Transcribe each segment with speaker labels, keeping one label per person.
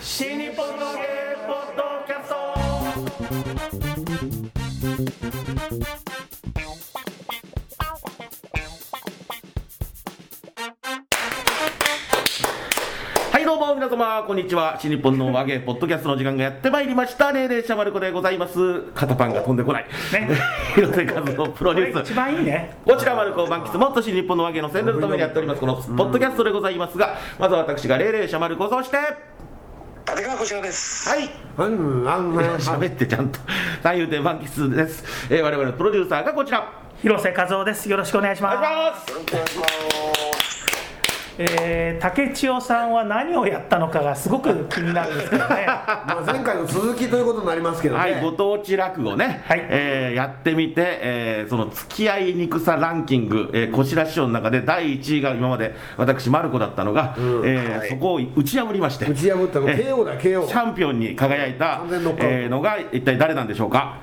Speaker 1: 新日本のゲーポッドキャストはいどうも皆様こんにちは新日本の和芸ポッドキャストの時間がやってまいりました霊霊者まる子でございます肩パンが飛んでこない、
Speaker 2: ね
Speaker 1: 広瀬和夫プロ
Speaker 2: こ
Speaker 1: デ
Speaker 2: れ
Speaker 1: ュー
Speaker 2: 一
Speaker 1: ス
Speaker 2: 番いいね。
Speaker 1: こちらマルコを満喫もっとし日本の和芸の宣伝のためにやっておりますこのポッドキャストでございますがまずは私が霊霊者丸子そしては
Speaker 3: 立川こちらです。
Speaker 1: い
Speaker 4: うん、あんな
Speaker 1: 喋ってちゃんと三遊亭満喫です、えー、我々のプロデューサーがこちら
Speaker 2: 広瀬和夫です。よろしくお願いし
Speaker 1: お
Speaker 2: ます。
Speaker 1: 願いします
Speaker 3: よろしくお願いします。
Speaker 2: えー、竹千代さんは何をやったのかがすごく気になるんですけど ね。
Speaker 4: まあ前回の続きということになりますけどね、
Speaker 1: はい、ご当地落語ね、
Speaker 2: はい
Speaker 1: えーやってみて、えーその付き合いにくさランキング、えー、こちら師匠の中で第1位が今まで私、マルコだったのが、えー
Speaker 3: はい
Speaker 1: そこを打ち破りまして、
Speaker 4: 打ち破ったの
Speaker 1: えー
Speaker 4: KO だ KO
Speaker 1: チャンピオンに輝いた
Speaker 4: 完全ノッ、クアウト
Speaker 1: えーのが一体誰なんでしょうか。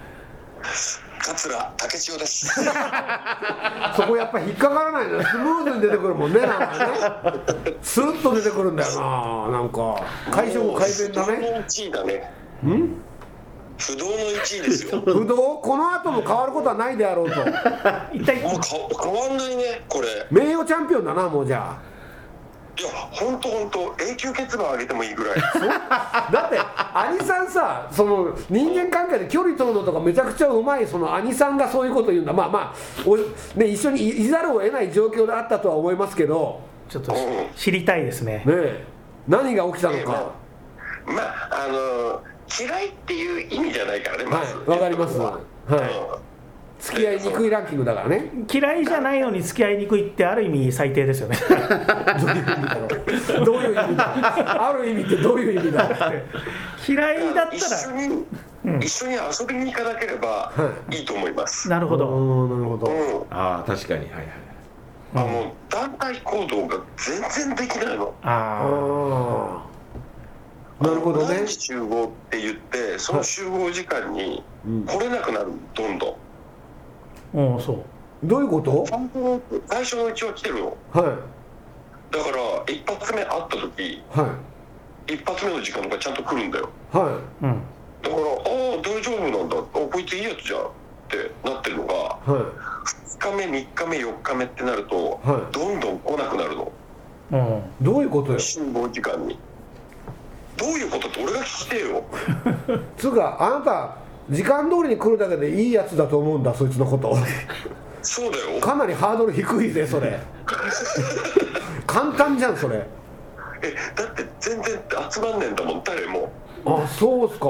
Speaker 3: 桂竹千 代です。
Speaker 4: そこやっぱ引っかからないのよスムーズに出てくるもんねなんかねスーッと出てくるんだよななんか解消も改善だ
Speaker 3: 不動
Speaker 4: ね
Speaker 3: の一位だね。不動の一位です よ。もう
Speaker 4: 不動この後も変わることはないであろうと
Speaker 2: 一体
Speaker 3: か変わんないね、これ。い
Speaker 4: 名誉チャンピオンだなもうじゃ
Speaker 3: や、本当本当永久欠番上げてもいいぐらい。
Speaker 4: あだってアニさんさその人間関係で距離取るのとかめちゃくちゃうまいそのアニさんがそういうこと言うんだまあまあお、ね、一緒にいいざるを得ない状況であったとは思いますけど
Speaker 2: ちょっと
Speaker 3: うん
Speaker 2: 知りたいですね。
Speaker 4: ねえ何が起きたの
Speaker 3: ええ
Speaker 4: か
Speaker 3: ま。あまあ、あの嫌いっていう意味じゃないからね、まず。
Speaker 4: はいわかります
Speaker 3: は
Speaker 4: は付き合いにくいランキングだからね。
Speaker 2: 嫌いじゃないのに付き合いにくいってある意味最低ですよね。
Speaker 4: どういう意味だ。ある意味ってどういう意味だ。
Speaker 2: 嫌いだっ
Speaker 3: 一緒
Speaker 2: たら、
Speaker 3: に、一緒に遊びに行かなければいいと思います。
Speaker 2: なるほど。
Speaker 4: うん、なるほ
Speaker 3: う
Speaker 4: ど。
Speaker 3: ん。
Speaker 1: ああ、確かに、はいはい。
Speaker 3: あの団体行動が全然できないの。
Speaker 2: あ
Speaker 4: ああ。なるほどね
Speaker 3: 何。時集合って言ってその集合時間に来れなくなる、どんどん
Speaker 2: あ、うん、そう。
Speaker 4: どういうこと。
Speaker 3: 最初のうちは来てるの
Speaker 4: は
Speaker 3: だから一発目会った時
Speaker 4: い。は
Speaker 3: 一発目の時間とかちゃんと来るんだよ
Speaker 4: い。は
Speaker 2: うん。
Speaker 3: だからああ大丈夫なんだあこいついいやつじゃんってなってるのが
Speaker 4: い。はい。
Speaker 3: 2日目3日目4日目ってなると、
Speaker 4: はい
Speaker 3: どんどん来なくなるの
Speaker 2: うん。
Speaker 4: どういうことよ。
Speaker 3: 集合時間にどういうことって俺が聞きてえよ
Speaker 4: つうか、あなた。時間通りに来るだけでいいやつだと思うんだ、そいつのこと。
Speaker 3: そうだよ
Speaker 4: かなりハードル低いぜ、そ れ。簡単じゃん、それ。
Speaker 3: えだって全然集まんねえんだもん誰も
Speaker 4: あ、そうっすか。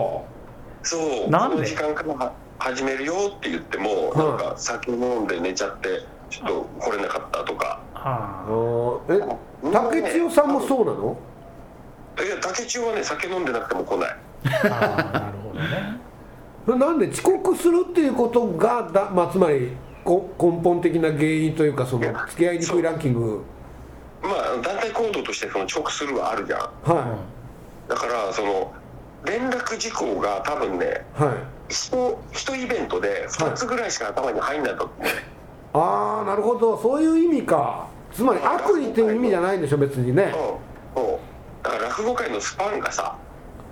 Speaker 3: そう
Speaker 2: なんで
Speaker 3: この時間からは始めるよって言っても、
Speaker 4: はい
Speaker 3: なんか酒飲んで寝ちゃってちょっと来れなかったとか
Speaker 4: あ
Speaker 2: あ
Speaker 4: ーえ、竹千代さんもそうなの。
Speaker 3: いや竹中はね酒飲んでなくても来ない
Speaker 2: あ、ああなるほど ね。
Speaker 4: なんで遅刻するっていうことがだ、まあ、つまりこ根本的な原因というかその
Speaker 3: いや
Speaker 4: 付き合いにくいランキング
Speaker 3: まあ団体行動としてその直するはあるじゃん
Speaker 4: は
Speaker 3: だからその連絡事項が多分ね
Speaker 4: いはい
Speaker 3: 人人イベントで2つぐらいしか頭に入んないと思う、
Speaker 4: ああなるほどそういう意味かつまり悪意っていう意味じゃないんでしょ別にね
Speaker 3: うんそうだから落語界のスパンがさ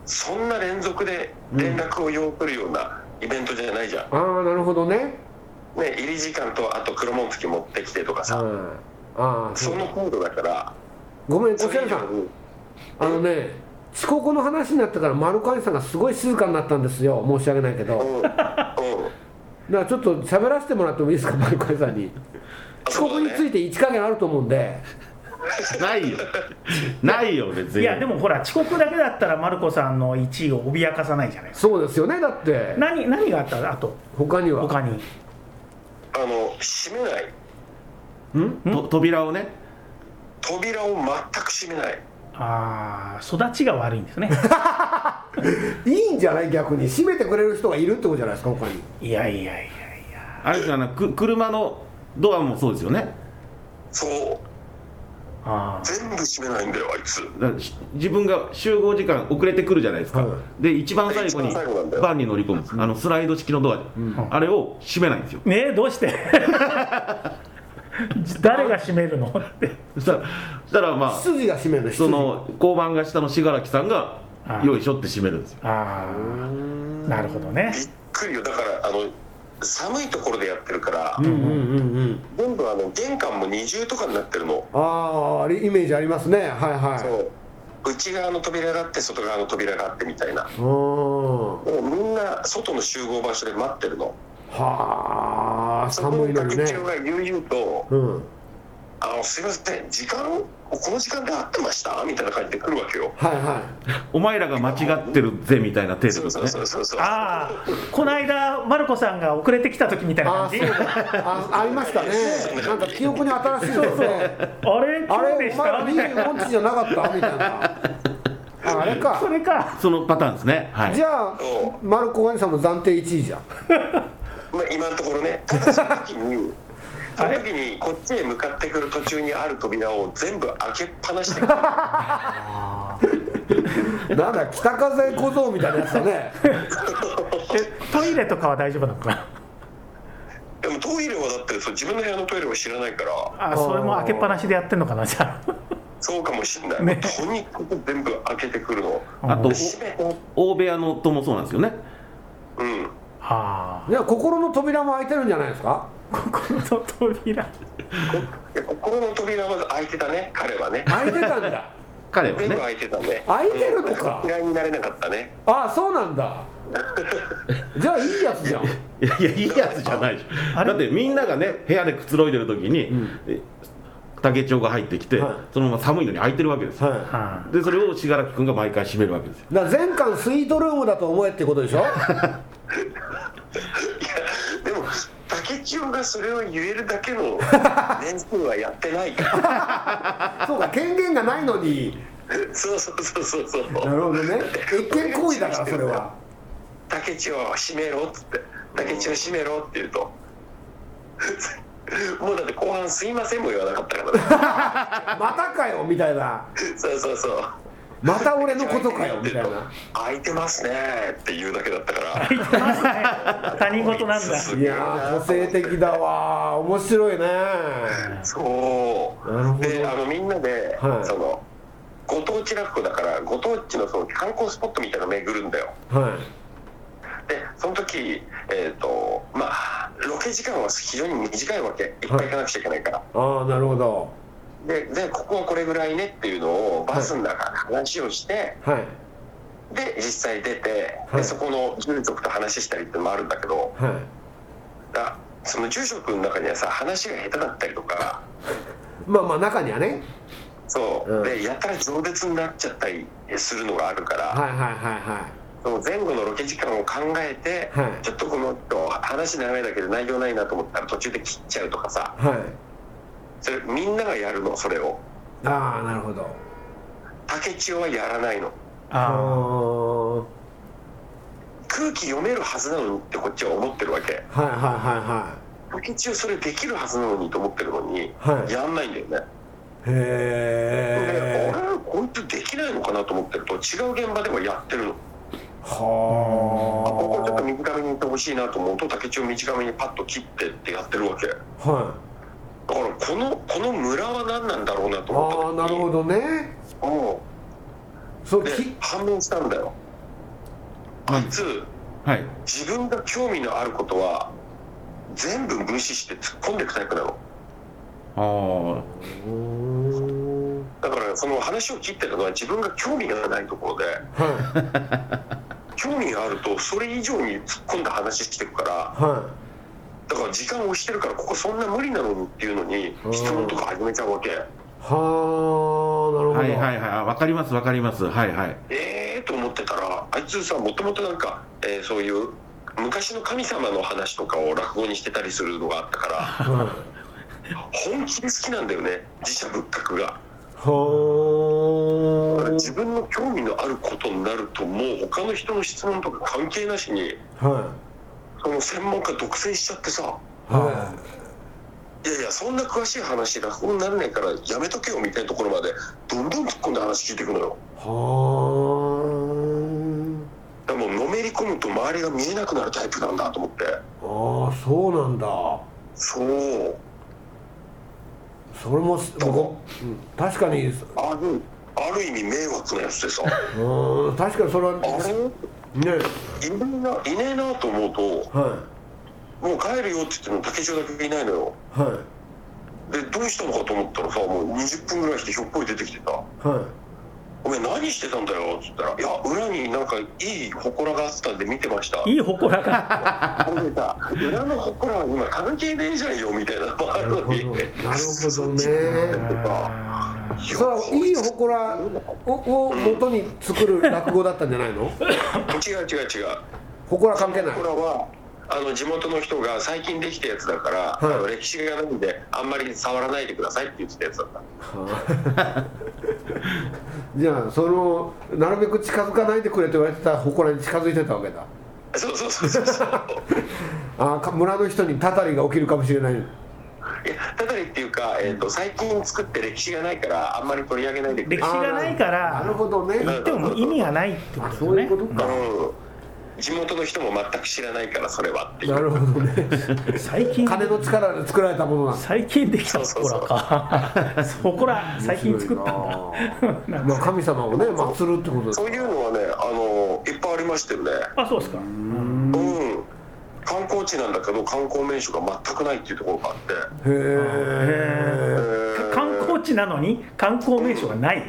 Speaker 3: そんな連続で連絡を要するようなイベントじゃないじゃん、
Speaker 4: ああなるほどね
Speaker 3: ね、入り時間とあと黒紋付き持ってきてとかさ、
Speaker 4: はいああそ
Speaker 3: そうのコードだから、
Speaker 4: ごめん
Speaker 3: そ
Speaker 4: こち
Speaker 3: れ
Speaker 4: ら
Speaker 3: 以
Speaker 4: さ
Speaker 3: 上
Speaker 4: ん
Speaker 3: に
Speaker 4: あのね遅刻の話になったから丸川さんがすごい静かになったんですよ申し訳ないけど
Speaker 3: うん、うん、
Speaker 4: だからちょっと喋らせてもらってもいいですか丸川さんに遅刻について一加減あると思うんで
Speaker 1: ないよ。ないよ、別に。
Speaker 2: いや、でもほら、遅刻だけだったら、マルコさんの1位を脅かさないじゃないです
Speaker 4: そうですよねだって
Speaker 2: か。何、何があったのあと、
Speaker 4: 他には
Speaker 2: 他に。
Speaker 3: あの閉めない、
Speaker 1: と扉をね、
Speaker 3: 扉を全く閉めない、
Speaker 2: ああ、育ちが悪いんですね。
Speaker 4: いいんじゃない逆に閉めてくれる人がいるってことじゃないですか他に
Speaker 2: いやいやいやいや。
Speaker 1: あれですよね、く車のドアもそうですよね。
Speaker 3: そう、
Speaker 2: あー
Speaker 3: 全部閉めないんだよ、あいつ、
Speaker 1: だからし自分が集合時間遅れてくるじゃないですか、
Speaker 4: は
Speaker 1: で一番最後に
Speaker 3: 一番最後なんだよ
Speaker 1: バンに乗り込む、あのスライド式のドアで、あれを閉めないんですよ
Speaker 2: ねえどうして 誰が閉めるのって
Speaker 1: そしたらそしたらまあ
Speaker 4: 羊が閉める
Speaker 1: その交番が下の信楽さんが
Speaker 2: あ
Speaker 1: よいしょって締めるんですよ
Speaker 2: ああなるほどね
Speaker 3: びっくりよだからあの寒いところでやってるから、
Speaker 4: うんうんうん
Speaker 3: 全部あの玄関も二重とかになってるの、
Speaker 4: あーあれイメージありますねはいはい
Speaker 3: そう内側の扉があって外側の扉があってみたいな
Speaker 4: うーん
Speaker 3: もうみんな外の集合場所で待ってるの
Speaker 4: はあ寒いのにね
Speaker 3: そこに学長が悠々と
Speaker 4: うん
Speaker 3: 「あのすいません時間この時間で合ってました?」みたいな感じで来るわけよ
Speaker 4: はいは
Speaker 1: お前らが間違ってるぜみたいな程度
Speaker 3: そう
Speaker 1: ですね
Speaker 3: そうそうそうそう
Speaker 2: ああこの間マルコさんが遅れてきた時みたいな
Speaker 4: あ
Speaker 2: 感
Speaker 4: あそ
Speaker 2: じ
Speaker 4: うだあありましたねなんか記憶に新しいです
Speaker 2: あ
Speaker 4: ね
Speaker 2: れ
Speaker 4: あ
Speaker 2: 今日で
Speaker 4: れお
Speaker 2: し
Speaker 4: 前
Speaker 2: た
Speaker 4: ら
Speaker 2: みたいな
Speaker 4: 25日じゃなかったみたいなああれか
Speaker 2: それか
Speaker 1: そのパターンですねはい
Speaker 4: じゃあ
Speaker 3: そ
Speaker 4: マルコ・ガニさんも暫定1位じゃん
Speaker 3: まあ、今のとこ ろねただその時にその時にこっちへ向かってくる途中にある扉を全部開けっぱな しで
Speaker 4: なんだ北風小僧みたいなやつだね
Speaker 2: えトイレとかは大丈夫なのかな
Speaker 3: でもトイレはだってそう自分の部屋のトイレは知らないから
Speaker 2: あそれも開けっぱなしでやってんのかなじゃ
Speaker 3: そうかもしんない、
Speaker 2: ね
Speaker 3: とにかく全部開けてくるの
Speaker 2: あ
Speaker 1: あと
Speaker 3: 閉めて
Speaker 1: お大部屋のともそうなんですよね
Speaker 3: うん
Speaker 2: あ
Speaker 4: いや心の扉も開いてるんじゃないですか
Speaker 2: あここの扉
Speaker 3: で心の扉は開いてたね彼はね
Speaker 4: 開いてたんだ
Speaker 1: 彼は
Speaker 3: 全
Speaker 1: ね
Speaker 3: 部開いてたね
Speaker 4: 開いてるのか
Speaker 3: 嫌いになれなかったね
Speaker 4: ああそうなんだじゃあいいやつじゃん
Speaker 1: いやいやいいやつじゃないでし
Speaker 2: あ
Speaker 1: ょ
Speaker 2: れ
Speaker 1: だってみんながね部屋でくつろいでる時に、え竹町が入ってきて、
Speaker 4: はい
Speaker 1: そのまま寒いのに開いてるわけですよ、
Speaker 4: は
Speaker 2: あ
Speaker 1: でそれを信楽君が毎回閉めるわけですよ
Speaker 4: いだから前巻スイートルームだと思えってことでしょ
Speaker 3: いやでも竹千代がそれを言えるだけの年数はやっ てないから
Speaker 4: そうか権限がないのに
Speaker 3: そうそうそうそうそう
Speaker 4: なるほどね一見行為だからそれは
Speaker 3: 竹千代閉めろっつって竹千代閉めろって言うと もうだって後半「すいません」も言わなかったからね
Speaker 4: またかよみたいな
Speaker 3: そうそうそう
Speaker 4: また俺のことかよみたいな
Speaker 3: 空いてますねって言うだけだっ たから
Speaker 2: 言ってますね他人事なんだ
Speaker 3: す
Speaker 4: い
Speaker 3: げえ
Speaker 4: やー個性的だわー面白いね
Speaker 3: そう
Speaker 4: なるほど
Speaker 3: であのみんなで、
Speaker 4: はい
Speaker 3: そのご当地落語だからご当地のその観光スポットみたいなの巡るんだよ
Speaker 4: は
Speaker 3: でその時えっ、とまあロケ時間は非常に短いわけいっぱい行かなくちゃいけないから、
Speaker 4: いああなるほど
Speaker 3: ででここはこれぐらいねっていうのをバスの中で話をして、
Speaker 4: はい
Speaker 3: で実際出て、
Speaker 4: はい
Speaker 3: でそこの住職と話したりってのもあるんだけど
Speaker 4: はい
Speaker 3: だその住職の中にはさ話が下手だったりとか
Speaker 4: まあまあ中にはね
Speaker 3: そう、
Speaker 4: うん
Speaker 3: でやたら饒舌になっちゃったりするのがあるから、
Speaker 4: はいはいは
Speaker 3: その前後のロケ時間を考えて、
Speaker 4: はい
Speaker 3: ちょっとこの人話長いだけで内容ないなと思ったら途中で切っちゃうとかさ
Speaker 4: いはいはい
Speaker 3: それみんながやるのそれを
Speaker 4: ああなるほど
Speaker 3: 竹千代はやらないの
Speaker 2: あ
Speaker 4: あ
Speaker 3: 空気読めるはずなのにってこっちは思ってるわけ
Speaker 4: あはいは
Speaker 3: 竹千代それできるはずなのにと思ってるのに、
Speaker 4: はい
Speaker 3: やんないんだよ
Speaker 4: いは
Speaker 3: ね、
Speaker 4: いはいへ
Speaker 3: で
Speaker 4: え
Speaker 3: あれこいつできないのかなと思ってると違う現場ではやってるのあここちょっと
Speaker 4: は
Speaker 3: 短めに行ってほしいなと思うと竹千代短めにパッと切ってってやってるわけだか
Speaker 4: あは
Speaker 3: らこのこの村は何なんだろうなと
Speaker 4: い
Speaker 3: 思った
Speaker 4: ああなるほどね
Speaker 3: ども
Speaker 4: そうう
Speaker 3: で
Speaker 4: き
Speaker 3: 判明したんだよあいつ
Speaker 1: はい
Speaker 3: 自分が興味のあることは全部無視して突っ込んでいくタイプなの
Speaker 1: あー
Speaker 4: うーん
Speaker 3: だからその話を切ってたのは自分が興味がないところで
Speaker 4: はい
Speaker 3: 興味があるとそれ以上に突っ込んだ話してくから
Speaker 4: は
Speaker 3: だから時間を押してるからここそんな無理なのにっていうのに
Speaker 4: うん
Speaker 3: 質問とか始めちゃうわけ
Speaker 4: いはあなるほど
Speaker 1: はいはいはいあわかりますわかりますはいはい
Speaker 3: ええー、と思ってたらあいつさもともとなんか、えーそういう昔の神様の話とかを落語にしてたりするのがあっ たから
Speaker 4: はい
Speaker 3: 本気で好きなんだよね自社仏閣が。だから
Speaker 4: は
Speaker 3: 自分の興味のあることになるともう他の人の質問とか関係なしに
Speaker 4: あは
Speaker 3: その専門家独占しちゃってさ
Speaker 4: いはい
Speaker 3: いやいやそんな詳しい話落語にならないからやめとけよみたいなところまでどんどん突っ込んで話聞いていくのよ
Speaker 4: は
Speaker 3: だからもうのめり込むと周りが見えなくなるタイプなんだと思って
Speaker 4: ああそうなんだ
Speaker 3: そう
Speaker 4: それもす僕、うん確かに
Speaker 3: あのある意味迷惑なやつ でさ
Speaker 4: うん確かにそれは
Speaker 3: あれ
Speaker 4: ね
Speaker 3: いねえないねえなと思うと
Speaker 4: は
Speaker 3: もう帰るよって言っても竹千代だけいないのよ
Speaker 4: いは
Speaker 3: でどうしたのかと思ったらさもう20分ぐらいしてひょっこり出てきてさ
Speaker 4: いは
Speaker 3: 「お前何してたんだよ」っつったら「いや裏になんかいい祠があったんで見てました」
Speaker 2: いい祠が
Speaker 3: ほんでさ裏の祠は今関係ねえじゃんよ」みたいなのもあるのに
Speaker 4: なるほどねいそれはいい祠をを元に作る落語だったんじゃないの
Speaker 3: 違う違う違う
Speaker 4: 祠関係ない
Speaker 3: これはあの地元の人が最近できたやつだから、
Speaker 4: はい
Speaker 3: あの歴史がないんであんまり触らないでくださいって言ってたやつだった
Speaker 4: じゃあそのなるべく近づかないでくれと言われてた祠に近づいてたわけだ
Speaker 3: そうそうそうそうそう
Speaker 4: あーか村の人にたたりが起きるかもしれない
Speaker 3: いやただりってい うか、えー、と最近作って歴史がないからあんまり取り上げないでくれ
Speaker 2: 歴史がないか
Speaker 4: なる
Speaker 2: ら
Speaker 4: ほどね
Speaker 2: 言っても意味がないってこと
Speaker 4: あ
Speaker 2: です
Speaker 4: そ
Speaker 2: よ
Speaker 4: うい
Speaker 2: ね
Speaker 4: うことか、
Speaker 3: うん地元の人も全く知らないからそれはっていう
Speaker 4: なるほどね
Speaker 2: 最近
Speaker 4: 金の力で作られたものなんだ
Speaker 2: 最近できた祠かそこら最近作ったんだ
Speaker 4: だまあ神様をね祀るってことです
Speaker 3: そういうのはねあのいっぱいありましたよね
Speaker 2: あそうですか
Speaker 3: うん、観光地なんだけど観光名所が全くないっていうところがあって
Speaker 4: へえ
Speaker 2: 観光地なのに観光名所がない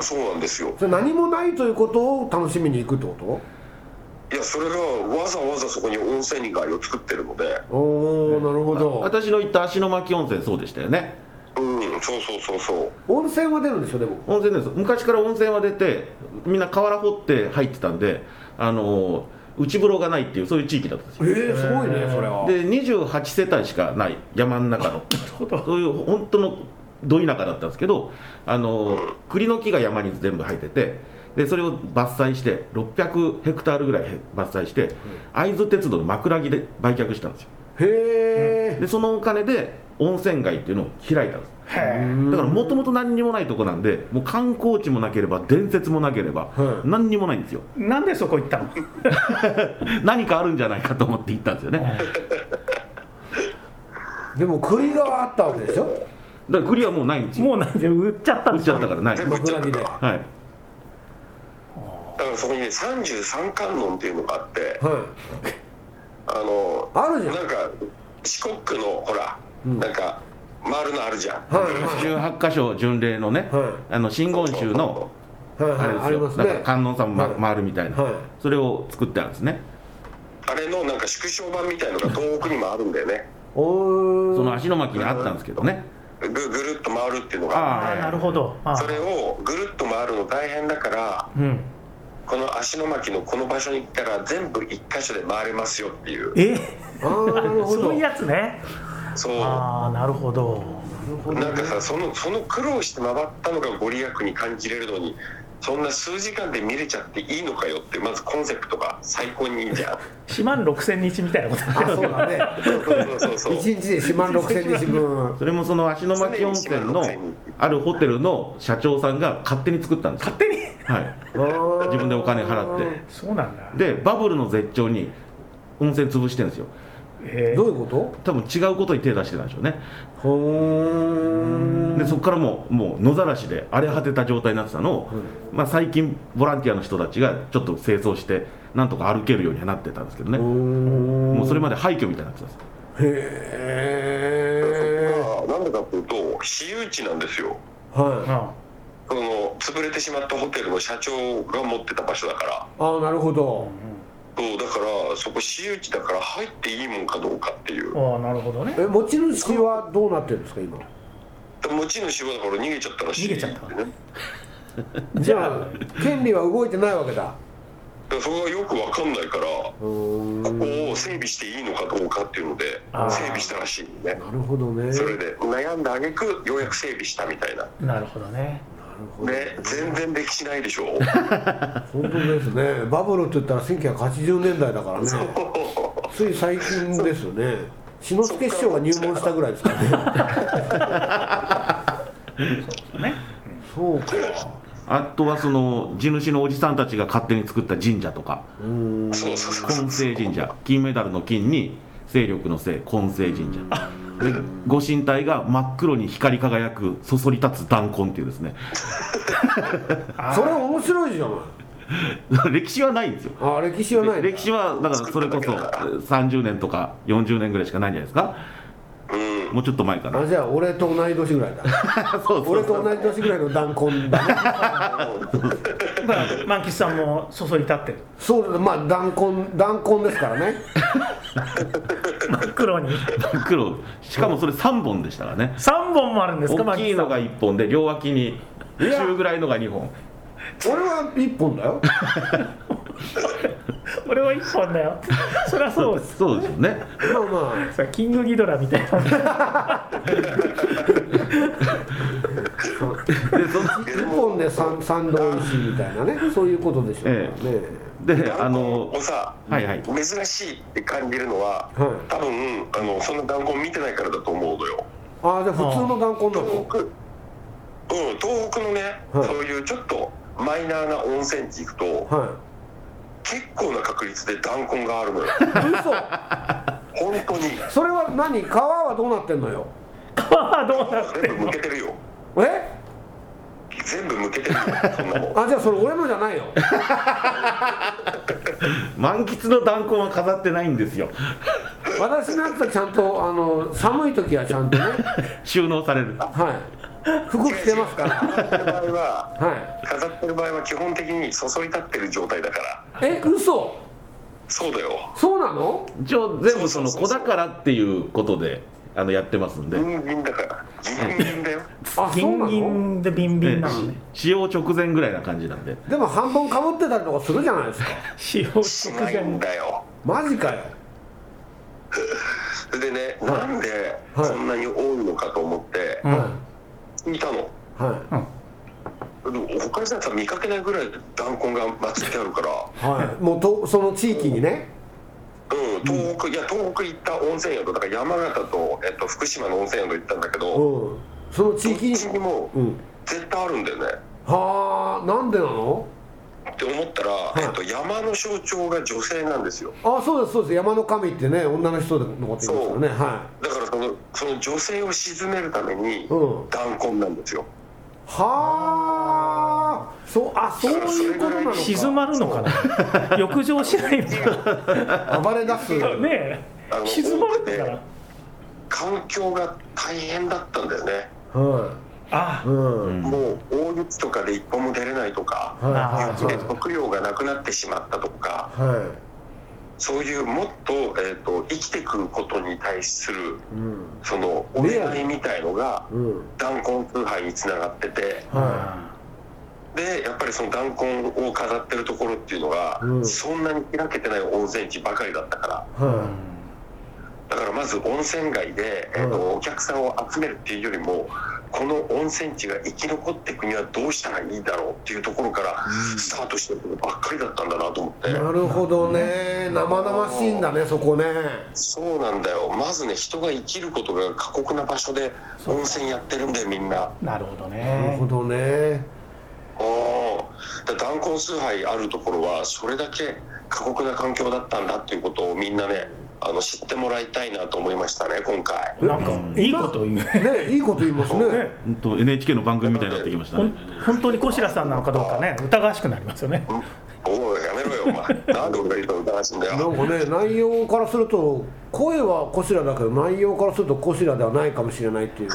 Speaker 3: そうなんですよ
Speaker 4: それ何もないということを楽しみに行くってこ
Speaker 3: いやそれがわざわざそこに温泉街を作ってるので
Speaker 4: とおおなるほど
Speaker 1: 私の行った足の巻温泉そうでしたよね
Speaker 3: うんそうそうそうそう
Speaker 4: 温泉は出るんでしょでも
Speaker 1: 温泉です昔から温泉は出てみんな河原掘って入ってたんであのー内風呂がないっていうそういう地域だったんですよ
Speaker 4: ええすごいねそれは
Speaker 1: で28世帯しかない山の中のそういう本当のど田舎だったんですけどあの栗の木が山に全部生えててでそれを伐採して600ヘクタールぐらい伐採して会津鉄道の枕木で売却したんですよ
Speaker 4: へ
Speaker 1: でそのお金で温泉街っていうのを開いたんです
Speaker 2: へえ
Speaker 1: だからもともと何にもないとこなんでもう観光地もなければ伝説もなければ
Speaker 4: はい
Speaker 1: 何にもないんですよ
Speaker 2: なんでそこ行ったの
Speaker 1: 何かあるんじゃないかと思って行ったんですよね
Speaker 4: えでも栗があったわけでしょ
Speaker 1: だから栗はもうないんですよ
Speaker 2: もうなんで売っちゃったん
Speaker 1: 売っ
Speaker 2: です
Speaker 1: ち
Speaker 2: よ
Speaker 1: ゃったからない
Speaker 3: 全部行っちゃった
Speaker 4: 枕木で
Speaker 3: だか
Speaker 1: はい
Speaker 3: らそこにね33観音っていうのがあって
Speaker 4: は
Speaker 3: あの
Speaker 4: あるじゃん
Speaker 3: なんか四国のほら、なんか丸のあるじゃん、
Speaker 4: いはい
Speaker 1: 18箇所巡礼のね、
Speaker 4: はい
Speaker 1: あの真言宗の
Speaker 4: はい
Speaker 1: あ
Speaker 4: は
Speaker 1: れ
Speaker 4: い
Speaker 1: です
Speaker 4: あり
Speaker 1: よ、
Speaker 4: ます
Speaker 1: だ
Speaker 4: ね
Speaker 1: から観音さんも、ま
Speaker 4: はい
Speaker 1: 回るみたいな、
Speaker 4: はい
Speaker 1: それを作ってあるんですね
Speaker 3: あれのなんか縮小版みたいのが東北にもあるんだよね
Speaker 4: お
Speaker 1: その
Speaker 4: ー
Speaker 1: 足の巻にあったんですけどね、
Speaker 3: ぐぐるっと回るっていうのが
Speaker 2: ああなるほどああ
Speaker 3: それをぐるっと回るの大変だから
Speaker 2: うん
Speaker 3: この足の巻のこの場所に来たら全部一箇所で回れますよっていう
Speaker 2: え
Speaker 4: あーなるほ
Speaker 2: そ
Speaker 4: ど
Speaker 2: ういうやつね
Speaker 3: そう
Speaker 2: ああなるほど
Speaker 3: なんかさそのその苦労して回ったのがご利益に感じれるのにそんな数時間で見れちゃっていいのかよってまずコンセプトが最高にいいじゃん
Speaker 2: 4万6000日みたいなことだけ
Speaker 4: あ
Speaker 2: ど
Speaker 4: そう だね
Speaker 3: そうそうそうそう
Speaker 4: 一日で4万6千日分
Speaker 1: それもその足の巻温泉のあるホテルの社長さんが勝手に作ったんですよ
Speaker 2: 勝、手に
Speaker 1: はい、自
Speaker 4: 自
Speaker 1: 分でお金払って
Speaker 2: そうなんだ
Speaker 1: でバブルの絶頂に温泉潰してるんですよ
Speaker 2: え
Speaker 4: どういうこ
Speaker 1: 多分違うことに手出してたんでしょうね
Speaker 4: とほー
Speaker 1: でそこからもうもう野ざらしで荒れ果てた状態になってたのを、まあ、最近ボランティアの人たちがちょっと清掃してなんとか歩けるようにはなってたんですけどねもうそれまで廃墟みたいになってたんです
Speaker 4: へえ
Speaker 3: なんでかっていうと私有地なんですよ
Speaker 4: はい
Speaker 2: あ
Speaker 3: その潰れてしまったホテルの社長が持ってた場所だから
Speaker 4: ああなるほど
Speaker 3: そうだからそこ私有地だから入っていいもんかどうかっていう
Speaker 2: あああなるほどね
Speaker 4: え持ち主はどうなってるんですか今
Speaker 3: 持ち主はだから逃げちゃったらしい
Speaker 2: 逃げちゃった
Speaker 3: ね
Speaker 4: じゃあ権利は動いてないわけだ
Speaker 3: だからそこがよくわかんないからこ
Speaker 4: うーんな
Speaker 3: こを整備していいのかどうかっていうので
Speaker 2: あー
Speaker 3: 整備したらしいね
Speaker 4: るほどね
Speaker 3: それで悩んだ挙句ようやく整備したみたいな
Speaker 2: なるほどね
Speaker 3: で全然歴史ないでしょ
Speaker 4: 本当ですねバブルって言ったら1980年代だからねつい最近ですよね志の輔師匠が入門したぐらいですからね
Speaker 2: ね
Speaker 4: そうか
Speaker 1: あとはその地主のおじさんたちが勝手に作った神社とか
Speaker 4: うーん
Speaker 3: そうそうそうそう
Speaker 1: 金聖神社金メダルの金に勢力の勢金聖神社でご神体が真っ黒に光り輝くそそり立つ弾痕っていうですね
Speaker 2: あー
Speaker 4: それ面白いじゃない
Speaker 1: 歴史はないんですよ
Speaker 4: あ歴史はない
Speaker 1: 歴史はだからそれこそ30年とか40年ぐらいしかないんじゃないですか
Speaker 3: うん
Speaker 1: もうちょっと前かな
Speaker 4: あじゃあ俺と同い年ぐらいだ
Speaker 1: そうそう
Speaker 4: 俺と同じ年ぐらいの弾痕だね
Speaker 2: だから満吉さんもそそり立ってる
Speaker 4: そうだまあ弾痕弾痕ですからね
Speaker 2: 真っ黒に
Speaker 1: 黒しかもそれ3本でしたからね
Speaker 2: 3本もあるんですか
Speaker 1: 大きいのが
Speaker 2: 満吉
Speaker 1: 1本で両脇に
Speaker 4: や
Speaker 1: 中ぐらいのが2本
Speaker 4: 俺は1本だよ
Speaker 2: さん俺は1本だよそりゃそうです
Speaker 1: そうですよね
Speaker 4: まあま
Speaker 2: さキングギドラみたいな
Speaker 4: あ1本で三三度おいしいみたい なねそういうことでしょうからね、
Speaker 1: であの
Speaker 3: をさ、
Speaker 1: はいはい
Speaker 3: 珍しいって感じるのは、
Speaker 4: はい
Speaker 3: 多分あのそんな弾痕見てないからだと思うのよ
Speaker 4: ああじゃあ普通の弾痕な
Speaker 3: 東
Speaker 4: の
Speaker 3: 北うん東北のね、
Speaker 4: はい
Speaker 3: そういうちょっとマイナーな温泉地行くと
Speaker 4: は
Speaker 3: 結構な確率で弾痕があるのよ
Speaker 4: い嘘
Speaker 3: 本当に
Speaker 4: それは何皮はどうなってんのよ
Speaker 2: ああどうなって
Speaker 3: 全部向けてるよ
Speaker 4: え
Speaker 3: 全部向けてるよそんなもん
Speaker 4: あじゃあそれ俺のじゃないよ
Speaker 1: 満喫の弾痕は飾ってないんですよ
Speaker 4: 私のやつはちゃんとあの寒い時はちゃんとね
Speaker 1: 収納される
Speaker 4: はい服着てますから
Speaker 3: 飾ってる場合は
Speaker 4: は
Speaker 3: 飾ってる場合は基本的に注ぎ立ってる状態だから
Speaker 4: いえ嘘
Speaker 3: そうだよ
Speaker 4: そうなの
Speaker 1: 一応全部その子だからっていうことであのやってますんで、
Speaker 3: ギンギンだからギンギンだよ
Speaker 4: あ
Speaker 2: ギ
Speaker 4: そうな
Speaker 2: ンギ
Speaker 4: の
Speaker 2: ンでビンビンなのね
Speaker 1: ね使用直前ぐらいな感じなんで
Speaker 4: でも半分かぶってたりとかするじゃないですか
Speaker 2: 使用直
Speaker 3: しない
Speaker 2: 前
Speaker 3: んだよ
Speaker 4: マジかよ
Speaker 3: それでね、なんで
Speaker 4: はい
Speaker 3: こんなに多いのかと思って
Speaker 2: うん
Speaker 4: は
Speaker 3: 見たの、
Speaker 4: いはい
Speaker 3: でも他の人は見かけないぐらい弾痕が祭ってあるから
Speaker 4: はいもうとその地域にね
Speaker 3: うん東北、いや東北行った温泉宿だから山形と、えっと、福島の温泉宿行ったんだけ
Speaker 4: う
Speaker 3: ど、
Speaker 4: んその地域
Speaker 3: ど
Speaker 4: に
Speaker 3: っちにも
Speaker 4: うん
Speaker 3: 絶対あるんだよね
Speaker 4: はあなんでなの
Speaker 3: って思ったら、
Speaker 4: い
Speaker 3: えっと、山の象徴が女性なんですよ
Speaker 4: あそうですそうです山の神ってね女の人のこと言いますよねは
Speaker 3: だからそのその女性を鎮めるため
Speaker 4: い
Speaker 3: に
Speaker 4: うん
Speaker 3: 弾痕なんですよ
Speaker 4: はあそうあそういうことなのか
Speaker 2: 静まるのかな浴場しないのか
Speaker 4: 暴れ 出す
Speaker 2: なね
Speaker 3: あの
Speaker 2: え静まるのか
Speaker 3: 多く
Speaker 2: な
Speaker 3: 環境が大変だったんだよね
Speaker 4: は
Speaker 2: あ
Speaker 4: いうん
Speaker 1: うん
Speaker 3: もう大雪とかで一歩も出れないとか、
Speaker 4: はい
Speaker 2: あー
Speaker 4: はい
Speaker 3: で食料がなくなってしまったとか、
Speaker 4: は
Speaker 3: そういうもっと,、えー、と生きてくることに対する
Speaker 4: いうん
Speaker 3: そのお
Speaker 4: ねえ
Speaker 3: 願いみたいのが
Speaker 4: うん
Speaker 3: 弾痕崇拝につながってて
Speaker 4: は
Speaker 3: でやっぱりその弾痕を飾ってるところっていうのが、
Speaker 4: うん
Speaker 3: そんなに開けてない温泉地ばかりだったから
Speaker 4: いは
Speaker 3: だからまず温泉街で、えーと
Speaker 4: う
Speaker 3: お客さんを集めるっていうよりもこの温泉地が生き残っていくにはどうしたらいいだろうっていうところからスタートしてることばっかりだったんだなと思って、
Speaker 4: いなるほどね生々しいんだねそこね
Speaker 3: そうなんだよまずね人が生きることが過酷な場所で温泉やってるんだよみんな
Speaker 2: あなるほど
Speaker 4: なる
Speaker 2: ね
Speaker 4: ほどね
Speaker 3: うんだ弾痕崇拝あるところはそれだけ過酷な環境だったんだっていうことをみんなねあの知ってもらいたいなと思いましたね今回
Speaker 2: なんかいいこと言うね
Speaker 4: ねいいこと言いますね
Speaker 1: ほんと NHK の番組みたいになってきました
Speaker 2: ほん
Speaker 1: ね
Speaker 2: 本当に小白さんなのかどうかね疑わしくなりますよね
Speaker 3: うんおいやめろよお 前なんで俺が言うと疑わしいんだ
Speaker 4: な
Speaker 3: よ
Speaker 4: んかね内容からすると声はこしらだけど内容からするとこしらではないかもしれないっていう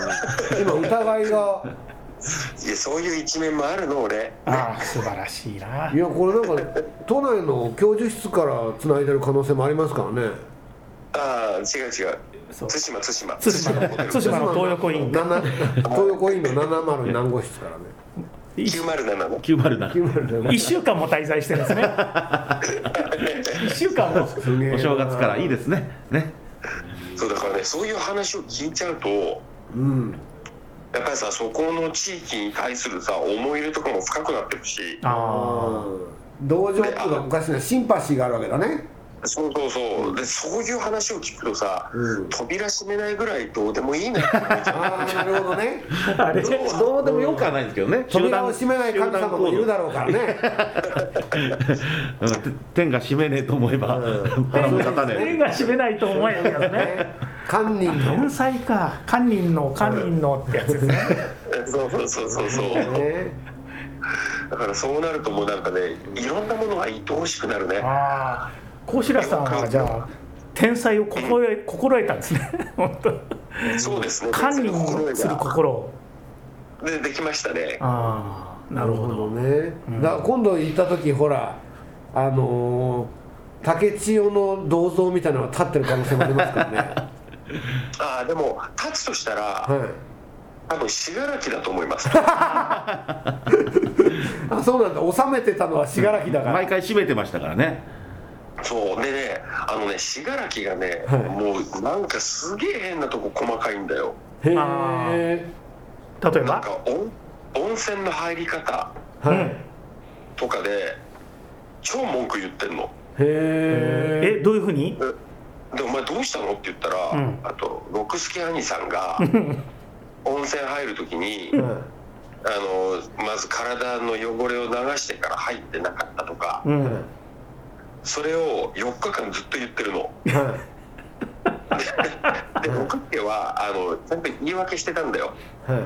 Speaker 4: 今疑いが
Speaker 3: いやそういう一面もあるの俺
Speaker 2: ああ素晴らしいない
Speaker 4: やこれなんか都内の教授室からつないでる可能性もありますからね
Speaker 3: ああ違う違う
Speaker 2: そう
Speaker 3: 対馬対馬
Speaker 2: 対馬の
Speaker 3: ホテル
Speaker 2: 対馬の東横イン
Speaker 4: 七東横インの702何号室からね
Speaker 3: 907の
Speaker 1: 907
Speaker 4: 907
Speaker 2: 1週間も滞在してるん ですね1週間も
Speaker 4: すげえな
Speaker 1: お正月からいいですねね
Speaker 3: そうだからねそういう話を聞いちゃうと
Speaker 4: うん
Speaker 3: やっぱりさそこの地域に対するさ思い入れとかも深くなってるし
Speaker 2: あ
Speaker 4: 同情っていうかおかしいなシンパシーがあるわけだね
Speaker 3: そうそうそうでそういう話を聞くとさ、
Speaker 4: うん
Speaker 3: 扉閉めないぐらいどうでもいいなって思っちゃう
Speaker 4: ああなるほどね
Speaker 2: あれ
Speaker 1: どうどうでもよくはないんですけどね、
Speaker 4: 扉を閉めない神様もいるだろうからね
Speaker 1: うんて天が閉めねえと思えば、腹も立たね
Speaker 2: 手
Speaker 1: え。
Speaker 2: が閉めないと思えるやつね
Speaker 4: 堪忍の
Speaker 2: 天才か堪忍の堪忍のってやつですね
Speaker 3: そうそうそうそうそう
Speaker 4: ね
Speaker 3: だからそうなるともうなんかねいろんなものが愛おしくなるね
Speaker 2: ああ小白さんはじゃあ天才を心得心得たんですね 本当
Speaker 3: そうですね
Speaker 2: 堪忍する心を
Speaker 3: でできましたね
Speaker 2: ああなるほど
Speaker 4: ね、だから今度行った時ほらあのー竹千代の銅像みたいなのが立ってる可能性もありますから ね
Speaker 3: ああでも立つとしたら、
Speaker 4: はい
Speaker 3: 多分信楽だと思います
Speaker 4: あそうなんだ納めてたのは信楽だから、
Speaker 1: 毎回閉めてましたからね。
Speaker 3: そうでねあのね信楽がね、
Speaker 4: はい
Speaker 3: もうなんかすげえ変なとこ細かいんだよ
Speaker 2: あ
Speaker 4: へえ
Speaker 2: 例え
Speaker 3: なん
Speaker 2: ば
Speaker 3: か温温泉の入り方
Speaker 4: は
Speaker 2: う
Speaker 4: い、
Speaker 2: ん
Speaker 4: へ
Speaker 3: とかで超文句言ってんの
Speaker 4: え
Speaker 2: えどういうふうに
Speaker 3: で「お前どうしたの?」って言ったら、
Speaker 2: うん
Speaker 3: あと六助兄さんが温泉入る時に、あのまず体の汚れを流してから入ってなかったとか、
Speaker 2: うん
Speaker 3: それを4日間ずっと言ってるの。
Speaker 4: はい
Speaker 3: で六助はあのちゃんと言い訳してたんだよ。
Speaker 4: はい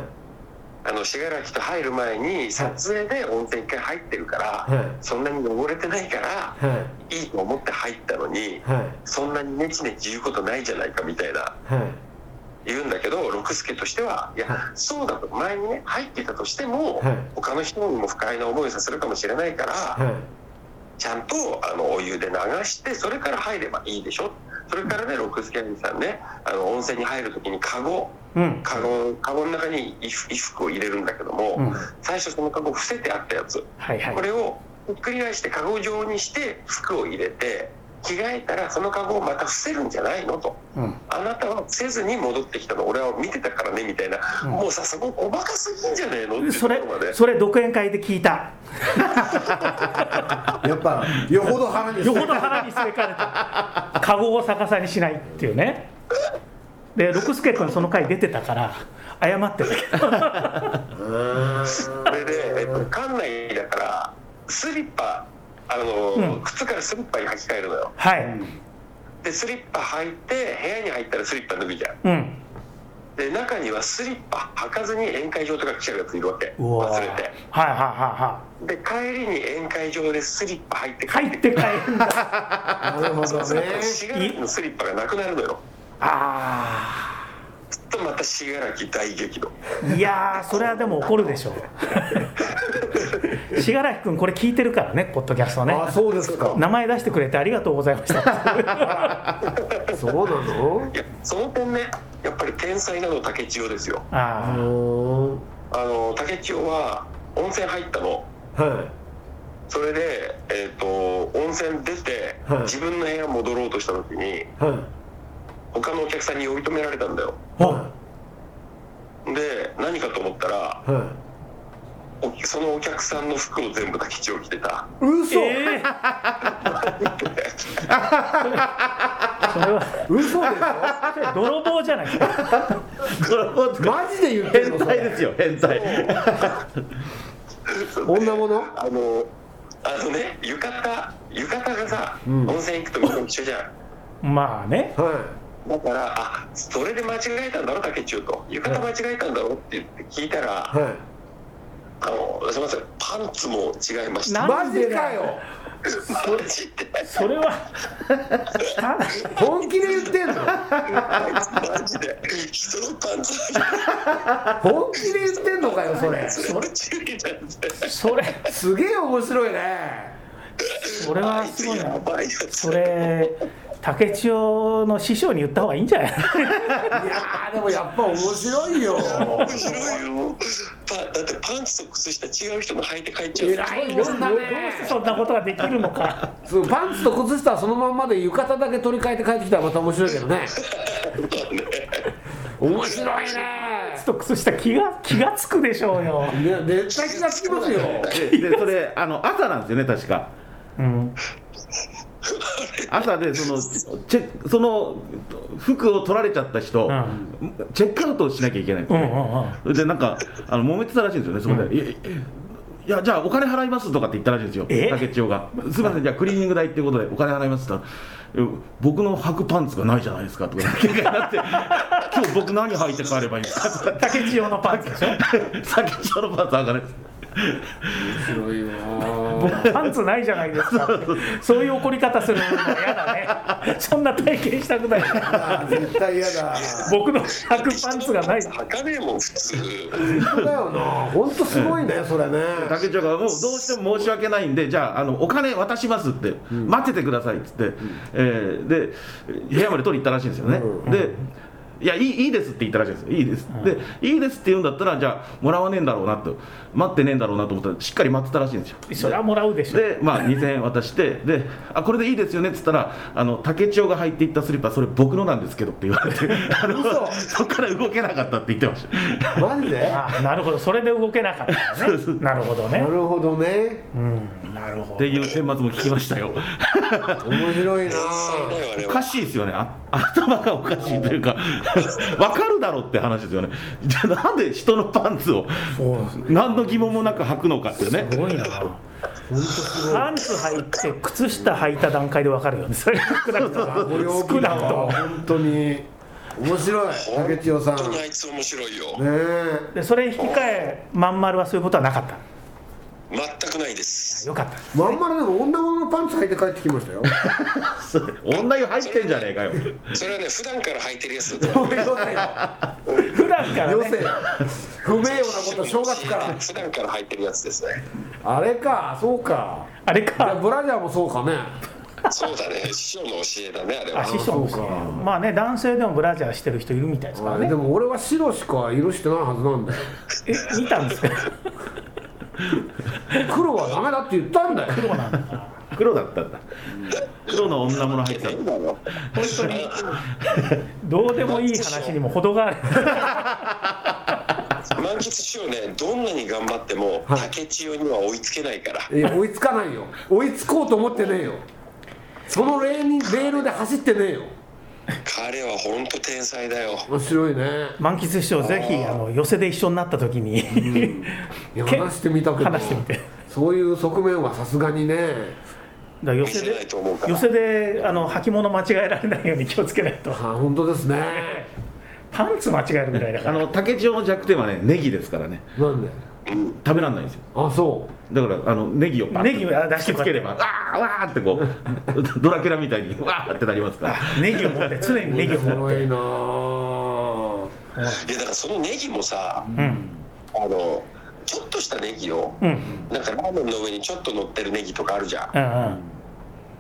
Speaker 3: あの信楽と入る前に撮影で温泉一回入ってるから、
Speaker 4: はい
Speaker 3: そんなに汚れてないから、
Speaker 4: はい
Speaker 3: い、いと思って入ったのに、
Speaker 4: はい
Speaker 3: そんなにネチネチ言うことないじゃないかみたいな
Speaker 4: はい
Speaker 3: 言うんだけど六助としてはいや、
Speaker 4: はい
Speaker 3: そうだと前にね入ってたとしても、
Speaker 4: はい
Speaker 3: 他の人にも不快な思いをさせるかもしれないから、
Speaker 4: はい
Speaker 3: ちゃんとあのお湯で流してそれから入ればいいでしょそれからね六助兄さんねあの温泉に入る時にカゴ
Speaker 2: うん
Speaker 3: カゴカゴの中に衣服衣服を入れるんだけども、
Speaker 2: うん
Speaker 3: 最初そのカゴ伏せてあったやつ
Speaker 2: はいはい
Speaker 3: これをひっくり返してカゴ状にして服を入れて着替えたらそのカゴをまた伏せるんじゃないのと
Speaker 2: うん
Speaker 3: あなたはせずに戻ってきたの俺は見てたからねみたいな、
Speaker 2: うん
Speaker 3: もうさそこおバカすぎんじゃねえのっていう
Speaker 2: そ
Speaker 3: とこ
Speaker 2: れ
Speaker 3: ろまで
Speaker 2: それ独演会で聞いた
Speaker 4: やっぱよほど腹に
Speaker 2: よほど腹に据えかれたカゴを逆さにしないっていうねで六輔君その回出てたから謝ってたけど
Speaker 3: それで、えっと、館内だからスリッパあの、
Speaker 2: うん
Speaker 3: 靴からスリッパに履き替えるのよ
Speaker 2: はい
Speaker 3: でスリッパ履いて部屋に入ったらスリッパ脱ぐじゃん
Speaker 2: うん
Speaker 3: で中にはスリッパ履かずに宴会場とか来ちゃうやついるわけ
Speaker 2: うわ
Speaker 3: 忘
Speaker 2: ー
Speaker 3: れ
Speaker 2: はい
Speaker 3: て
Speaker 2: はいは
Speaker 3: で帰りに宴会場でスリッパ入って
Speaker 2: いはい入って帰るんだ
Speaker 4: なるほ
Speaker 3: そう
Speaker 4: ど
Speaker 3: すると
Speaker 4: ね
Speaker 3: 信楽のスリッパがなくなるのよ
Speaker 2: あ
Speaker 3: ずっとまた信楽大激怒
Speaker 2: あいやーそれはでも怒るでしょう信楽君これ聞いてるからねポッドキャストね
Speaker 4: あそうですか
Speaker 2: 名前出してくれてありがとうございました
Speaker 4: そうなの
Speaker 3: いやその点ねやっぱり天才なの竹千代ですよ
Speaker 4: う
Speaker 2: あ
Speaker 4: ーん
Speaker 3: あの竹千代は温泉入ったの
Speaker 4: は
Speaker 3: それで、えー、と温泉出て、
Speaker 4: はい
Speaker 3: 自分の部屋戻ろうとした時に
Speaker 4: いは
Speaker 3: 他のお客さんに呼び止められたんだよ
Speaker 4: い
Speaker 2: あ
Speaker 4: は
Speaker 3: で何かと思ったら
Speaker 4: いはい
Speaker 3: おそのお客さんの服を全部竹千代着てた
Speaker 4: 嘘、
Speaker 2: えー それは
Speaker 4: 嘘でし
Speaker 2: それ泥棒じゃないですか
Speaker 1: 泥棒と
Speaker 4: ょ
Speaker 1: か
Speaker 4: マジで言ってる
Speaker 1: 変
Speaker 4: のそ
Speaker 1: 態
Speaker 4: れ
Speaker 1: ですよ、変態。
Speaker 4: 女物
Speaker 3: あのあのね浴衣浴衣がさ、
Speaker 4: うん
Speaker 3: 温泉行くとみんな一緒じゃん
Speaker 2: まあね
Speaker 4: は
Speaker 3: だからあそれで間違えたんだろ竹千代と浴衣間違えたんだろって言って聞いたら、
Speaker 4: いはい
Speaker 3: あのすみませんパンツも違いまし
Speaker 2: な
Speaker 3: た
Speaker 4: マジかよ
Speaker 3: マジで
Speaker 2: それは汚い
Speaker 4: 本気で言ってんの
Speaker 3: マジで人のパンツ
Speaker 4: 本気で言ってんのかよそれ
Speaker 3: それ注意なんで
Speaker 2: それ
Speaker 4: すげえ面白いね
Speaker 2: それはすごい
Speaker 3: や
Speaker 2: な
Speaker 3: ばいやつ
Speaker 2: それ竹千代の師匠に言った方がいいんじゃない
Speaker 4: いやーでもやっぱ面白いよ
Speaker 3: 面白いよパだってパンツと靴下違う人の履いて帰っちゃう
Speaker 4: 偉いもんだ
Speaker 2: どうして
Speaker 4: ね
Speaker 2: そんなことができるのか
Speaker 4: そうパンツと靴下はそのまんまで浴衣だけ取り替えて帰ってきたらまた面白いけどね面白いね
Speaker 2: ちょっと靴下気が気がつくでしょうよ、
Speaker 4: いや絶対気がつきますよ
Speaker 1: で、でそれ、あの朝なんですよね、確か。
Speaker 2: うん、
Speaker 1: 朝でそのチェックその服を取られちゃった人、
Speaker 2: うん
Speaker 1: チェックアウトをしなきゃいけないんです
Speaker 2: うんう
Speaker 1: ね、
Speaker 2: んうん
Speaker 1: それでなんかあの揉めてたらしいんですよねそこで、
Speaker 2: う
Speaker 1: いやいやじゃあお金払いますとかって言ったらしいんですよ
Speaker 2: え
Speaker 1: 竹千代がすいませんじゃあクリーニング代っていうことでお金払いますって言ったらいや僕の履くパンツがないじゃないですかとか喧嘩になって今日僕何履いて帰ればいいんですかとか
Speaker 2: 竹千代のパンツでしょ
Speaker 1: 竹千代のパンツ履かないです
Speaker 4: 白いわ
Speaker 2: 僕パンツないじゃないですかってそういう怒り方するの嫌だねそんな体験したくない
Speaker 4: ー絶対嫌だ
Speaker 2: 僕の履くパンツがない
Speaker 3: 履かねえもん普通
Speaker 4: 本当だよな本当すごいねそれね
Speaker 1: 竹千代がもうどうしても申し訳ないんでじゃああのお金渡しますって、待っててくださいっつって、えーで部屋まで取りに行ったらしいんですよね、
Speaker 4: う
Speaker 1: でいやいいいいですって言ったらしいんですよいいです、でいいですって言うんだったらじゃあもらわねえんだろうなと待ってねえんだろうなと思ったらしっかり待ってたらしいんですよ
Speaker 2: それはもらうでしょ
Speaker 1: で、まあ、2000円渡してであこれでいいですよねっつったらあの竹千代が入っていったスリッパそれ僕のなんですけどって言われてあの
Speaker 4: 嘘
Speaker 1: そこから動けなかったって言ってました
Speaker 4: マジで
Speaker 2: ああなるほどそれで動けなかった
Speaker 1: そう
Speaker 2: ね
Speaker 1: そう
Speaker 2: なるほど
Speaker 4: な
Speaker 2: ね
Speaker 4: るほどね
Speaker 2: うんなるほ
Speaker 1: っ
Speaker 2: ど
Speaker 1: ていう顛末も聞きましたよ
Speaker 4: 面白いな
Speaker 3: そうだよあれ
Speaker 1: おか
Speaker 3: は
Speaker 1: しいですよね、あ 頭がおかしいというか、わかるだろうって話ですよね、じゃあなんで人のパンツを、
Speaker 2: そうですね
Speaker 1: 何の疑問もなく履くのかっていうね
Speaker 2: す、ごいなパンツ履いて靴下履いた段階で分かるよね それが少なくと
Speaker 4: これ
Speaker 2: も
Speaker 4: 大き
Speaker 2: 少
Speaker 4: いな
Speaker 2: なくとも
Speaker 4: 本当に面白い竹千代さん
Speaker 3: 本当に
Speaker 4: ね
Speaker 3: あいつ面白いよ
Speaker 4: え
Speaker 2: でそれ引き換えまん丸はそういうことはなかった
Speaker 3: 全くないです
Speaker 2: よかった
Speaker 4: まんまるでも女物のパンツ履いて帰ってきまし たよ
Speaker 1: そう女湯入ってんじゃねえかよ、
Speaker 3: それはね普段から履いてるやつだと
Speaker 4: そ
Speaker 3: 思
Speaker 4: う
Speaker 3: う
Speaker 4: いうことよ
Speaker 2: 普段から
Speaker 4: よ
Speaker 2: ね
Speaker 4: せ不名誉なこと正月から
Speaker 3: 普段から履いてるやつですね
Speaker 4: あれかそうか
Speaker 2: あれ
Speaker 4: じゃ
Speaker 2: か
Speaker 4: あブラジャーもそうかね
Speaker 3: そうだね師匠の教えだねあれは
Speaker 2: あ師匠もそう
Speaker 4: そうか
Speaker 2: まあね男性でもブラジャーしてる人いるみたいですから
Speaker 4: あれ
Speaker 2: ね
Speaker 4: でも俺は白しか色してないはずなんだよ
Speaker 2: え見たんですか
Speaker 4: 黒はダメだって言ったんだよ
Speaker 2: そうなんだな
Speaker 1: 黒だったんだ、黒の女物入ってた
Speaker 3: いいだろ
Speaker 2: 本当にどうでもいい話にも程がある
Speaker 3: 満喫師匠ねどんなに頑張っても
Speaker 4: はい
Speaker 3: 竹千代には追いつけないから
Speaker 4: いや追いつかないよ追いつこうと思ってねえよそのレールにレールで走ってねえよ
Speaker 3: 彼は本当天才だよ
Speaker 4: 面白いね
Speaker 2: 満喫師匠ぜひあの寄せで一緒になった時に
Speaker 4: いや
Speaker 2: け
Speaker 4: 話してみたけど
Speaker 2: 話してみてだか
Speaker 4: そういう側面はさすがにね
Speaker 2: ら寄
Speaker 3: 見
Speaker 2: せ
Speaker 3: せない
Speaker 2: で
Speaker 3: と思うか
Speaker 2: 寄
Speaker 3: ら
Speaker 2: せであの履物間違えられないように気をつけないと
Speaker 4: あ本当ですね
Speaker 2: パンツ間違えるぐらいだか
Speaker 1: あ
Speaker 2: ら
Speaker 1: の竹千代の弱点はね、ネギですからね、
Speaker 4: なんで
Speaker 1: 食べられないんですよ、
Speaker 4: あそ
Speaker 1: だからあのネギをパッと
Speaker 2: ネギを出して
Speaker 1: 突きつければ、わーわーってこう、ドラキュラみたいに、わーってなりますから。
Speaker 2: ネギを持って常
Speaker 4: う
Speaker 2: にネギを
Speaker 4: 面
Speaker 2: 持って
Speaker 4: 白いなあ
Speaker 3: いやだからそのネギもさ
Speaker 2: うん
Speaker 3: あのちょっとしたネギを
Speaker 2: うん
Speaker 3: なんかラーメンの上にちょっと乗ってるネギとかあるじゃん
Speaker 2: うん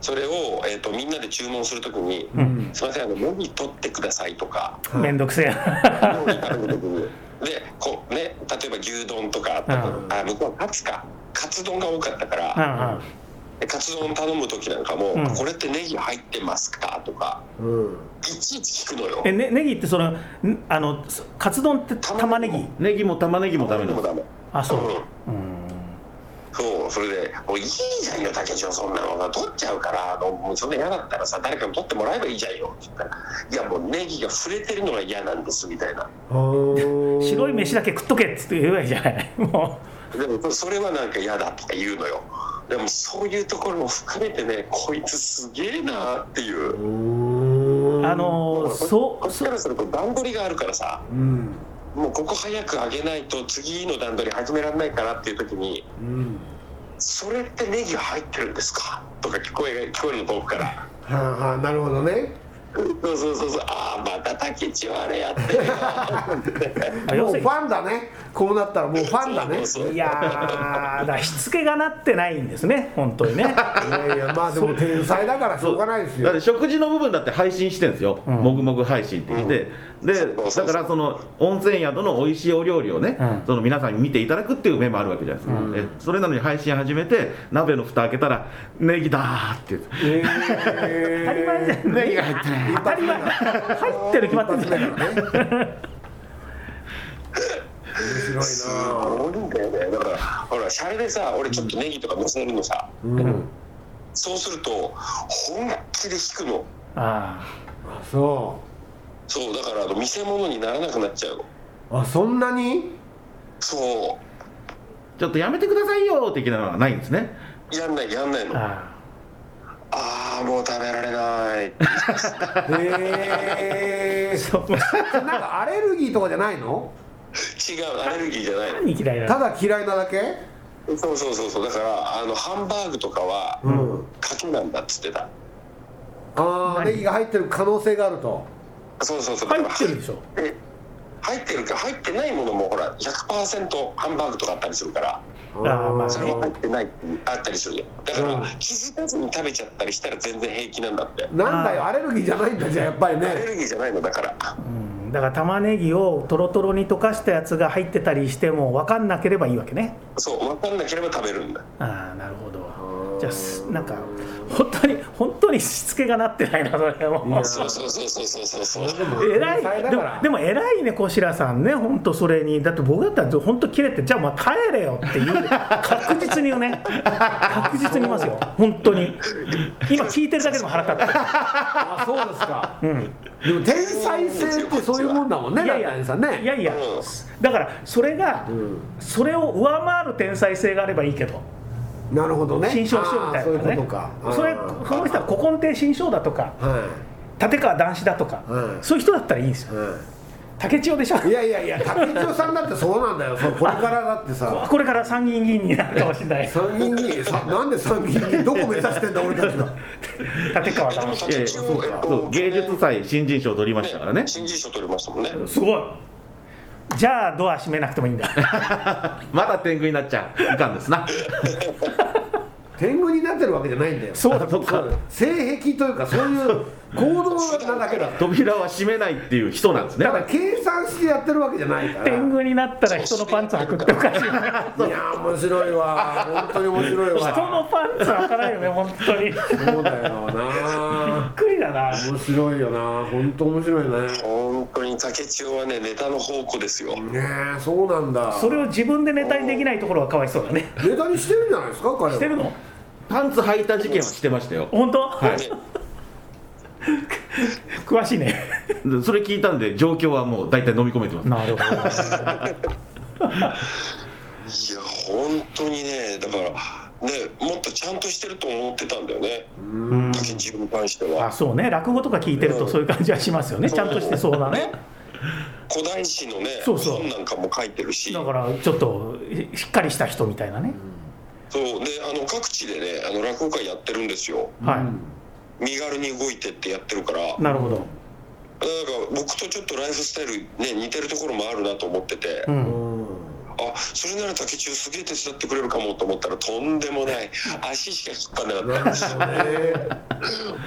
Speaker 3: それを、えー、とみんなで注文するときに
Speaker 2: う
Speaker 3: 「
Speaker 2: ん
Speaker 3: すいませんあのネギ取ってください」とか
Speaker 2: うん面倒くせえな
Speaker 3: 料理頼むときにでこう、ね、例えば牛丼とかあった
Speaker 2: う
Speaker 3: とあ向こうはカツかカツ丼が多かったか
Speaker 2: う
Speaker 3: ら
Speaker 2: んうん
Speaker 3: でカツ丼頼むときなんかも、
Speaker 2: うん
Speaker 3: これってネギ入ってますか?」とか
Speaker 4: うん
Speaker 3: いちいち聞くのよ
Speaker 2: え、ね、ネギってそのんあのそカツ丼って玉ねぎ
Speaker 1: ネギも玉ねぎもダメな
Speaker 3: で
Speaker 1: ん
Speaker 3: も
Speaker 1: です
Speaker 3: ダメ
Speaker 2: あそう
Speaker 3: う
Speaker 2: うん
Speaker 3: そうそれで「もういいじゃんよ竹千代そんなのが取っちゃうからあのもうそんな嫌だったらさ誰かに取ってもらえばいいじゃんよ」って言ったら「いやもうネギが触れてるのが嫌なんです」みたいな
Speaker 4: あー
Speaker 2: 白い飯だけ食っとけっつって言えばいいじゃないも
Speaker 3: でもそれはなんか嫌だとか言うのよでもそういうところも含めてねこいつすげえなっていう
Speaker 4: うー
Speaker 2: うんあのーそ
Speaker 3: こっちからすると段取りがあるからさ
Speaker 4: うん
Speaker 3: もうここ早く上げないと次の段取り始められないからっていう時に
Speaker 4: うん
Speaker 3: 「それってネギ入ってるんですか?」とか聞こえ聞こえるの遠くから
Speaker 4: はあはあなるほどね
Speaker 3: そうそうそうそうああまた竹千代あれやってるよ
Speaker 2: あ
Speaker 4: も
Speaker 2: 要
Speaker 4: う
Speaker 2: す
Speaker 4: フ
Speaker 2: るに
Speaker 4: ァンだねこうなったらもうファンだね
Speaker 3: そうそう
Speaker 2: いやーだからしつけがなってないんですね本当にね
Speaker 4: いやいやまあでも天才だからしょうがないです
Speaker 1: だっ
Speaker 4: よ
Speaker 1: て食事の部分だって配信してるんですよ、もぐもぐ配信って言って、
Speaker 3: そう
Speaker 1: で
Speaker 3: そうそ
Speaker 1: だ
Speaker 3: う
Speaker 1: からその温泉宿の美味しいお料理をね、
Speaker 2: うん
Speaker 1: その皆さんに見ていただくっていう面もあるわけじゃないですか、えそれなのに配信始めて鍋の蓋開けたら「ネギだ」って言って
Speaker 4: え
Speaker 2: 当たり前じゃ
Speaker 4: ー
Speaker 2: ん
Speaker 1: ネギが入ってない
Speaker 2: 当たり前入ってる決まってる
Speaker 4: 一
Speaker 2: じゃ
Speaker 4: 発
Speaker 2: ん
Speaker 4: 目だからね面
Speaker 3: す
Speaker 4: 白
Speaker 3: ごいんだよねだからほらシャレでさ俺ちょっとネギとか乗せるのさ、
Speaker 4: いなうん
Speaker 3: そうすると本気で引くの
Speaker 2: あ
Speaker 4: あそ
Speaker 3: そうだからあの見せ物にならなくなっちゃうの
Speaker 4: うあそんなに
Speaker 3: そ
Speaker 1: ちょっとやめてくださいよ的なのはないんですね
Speaker 3: うやんないやんないの
Speaker 2: あ
Speaker 3: あ
Speaker 2: あ
Speaker 3: あーもう食べられない
Speaker 4: へ え
Speaker 2: そう
Speaker 4: なんかアレルギーとかじゃないの
Speaker 3: 違うアレルギーじゃない
Speaker 2: 何嫌いな
Speaker 4: た
Speaker 2: の
Speaker 4: だ嫌いなだけ
Speaker 3: のそうそうそうそうだからあのハンバーグとかは
Speaker 4: うん
Speaker 3: 賭けなんだっつってた
Speaker 4: ああ
Speaker 2: 何
Speaker 4: ネギが入ってる可能性があると
Speaker 3: そうそうそう
Speaker 2: 入ってるでしょ
Speaker 3: で入ってるか入ってないものもほら100%ハンバーグとかあったりするから
Speaker 2: ああまあ
Speaker 3: それも入ってないあったりするよだか
Speaker 4: うん
Speaker 3: ら気づかずに食べちゃったりしたら全然平気なんだって
Speaker 4: なんだよアレルギーじゃないんだじゃあやっぱり
Speaker 3: アレ
Speaker 4: ね
Speaker 3: ルギーじゃないのだから
Speaker 2: うんだから玉ねぎをとろとろに溶かしたやつが入ってたりしても分かんなければいいわけね
Speaker 3: そう分かんなければ食べるんだ
Speaker 2: ああなるほどじゃあすなんか本当に本当にしつけがなってないなそれも
Speaker 3: そうそうそうそうそうそうそう
Speaker 2: 偉
Speaker 4: 天才
Speaker 2: い
Speaker 4: だ
Speaker 2: で
Speaker 4: か
Speaker 2: も
Speaker 4: ら
Speaker 2: でも偉いね小白さんね本当それにだって僕だったら本当切れてじゃあまあ帰れよっていう確実によね確実に言いますよ本当に今聞いてるだけでも腹立って
Speaker 4: あそうですか
Speaker 2: る、うん
Speaker 4: でも天才性ってそういうもんだもんね
Speaker 2: いやいや
Speaker 4: ダンさんね
Speaker 2: いやいや
Speaker 3: うん
Speaker 2: だからそれが、
Speaker 4: ん
Speaker 2: それを上回る天才性があればいいけど
Speaker 4: なるほどね
Speaker 2: 新章師匠みたいなね
Speaker 4: あーそういうことか
Speaker 2: それ
Speaker 4: うん
Speaker 2: この人は古今亭新章だとか
Speaker 4: は
Speaker 2: 立川談志だとか、
Speaker 4: うん
Speaker 2: そういう人だったらいいんですよ
Speaker 4: いは
Speaker 2: 竹千代でしょ
Speaker 4: いいやいやいや竹内さんだってそうなんだよそうこれからだってさ
Speaker 2: これから参議院議員になるかもしれない
Speaker 4: 参議院議員さなんで参議院議員どこ目指してんだ俺たちが
Speaker 2: 立川
Speaker 3: えでも
Speaker 2: 談志
Speaker 1: いやいや
Speaker 3: 一
Speaker 1: そ
Speaker 3: 応
Speaker 1: う
Speaker 3: えっと
Speaker 1: そう芸術祭新人賞取りましたからね
Speaker 3: ね新人賞取りましたもんね
Speaker 2: すごいじゃあドア閉めなくてもいいんだ
Speaker 1: まだ天狗になっちゃういかんです な
Speaker 4: 天狗になってるわけじゃないんだよ
Speaker 2: そうだ
Speaker 1: あそっか
Speaker 4: 性癖というかそういう行動なだけだから
Speaker 1: 扉は閉めないっていう人なんですね
Speaker 4: だから計算してやってるわけじゃないから
Speaker 2: 天狗になったら人のパンツ履くっておかしいよね
Speaker 4: いやー面白いわ本当に面白いわ
Speaker 2: 人のパンツ履かないよね本当にびっ
Speaker 4: そうだよな
Speaker 2: くりだな
Speaker 4: 面白いよな本当面白いね
Speaker 3: 本当に竹千代はねネタの宝庫ですよ
Speaker 4: ねえそうなんだ
Speaker 2: それを自分でネタにできないところがかわいそうだね
Speaker 4: ネタにしてるんじゃないですか彼は
Speaker 2: してるの
Speaker 1: パンツ履いた事件はしてましたよ
Speaker 2: 本当、
Speaker 1: はい
Speaker 3: ね
Speaker 2: 詳しいね
Speaker 1: でそれ聞いたんで状況はもう大体飲み込めてます
Speaker 2: なるほど
Speaker 3: いや本当にねだからねもっとちゃんとしてると思ってたんだよね竹千代に関して
Speaker 2: あ
Speaker 3: は
Speaker 2: そうね落語とか聞いてるとそういう感じはしますよねちゃんとしてそうなね
Speaker 3: 古代史のね
Speaker 2: そうそう
Speaker 3: 本なんかも書いてるし
Speaker 2: だからちょっとしっかりした人みたいなね、
Speaker 3: そうであの各地でねあの落語会やってるんですよ
Speaker 2: はい
Speaker 3: 身軽に動いてってやってるからなんか
Speaker 2: なるほど
Speaker 3: 僕とちょっとライフスタイルね似てるところもあるなと思ってて、
Speaker 2: うん
Speaker 4: うん
Speaker 3: あそれなら竹千代すげえ手伝ってくれるかもと思ったらとんでもない足しか引っ張んな
Speaker 4: なる
Speaker 3: かっ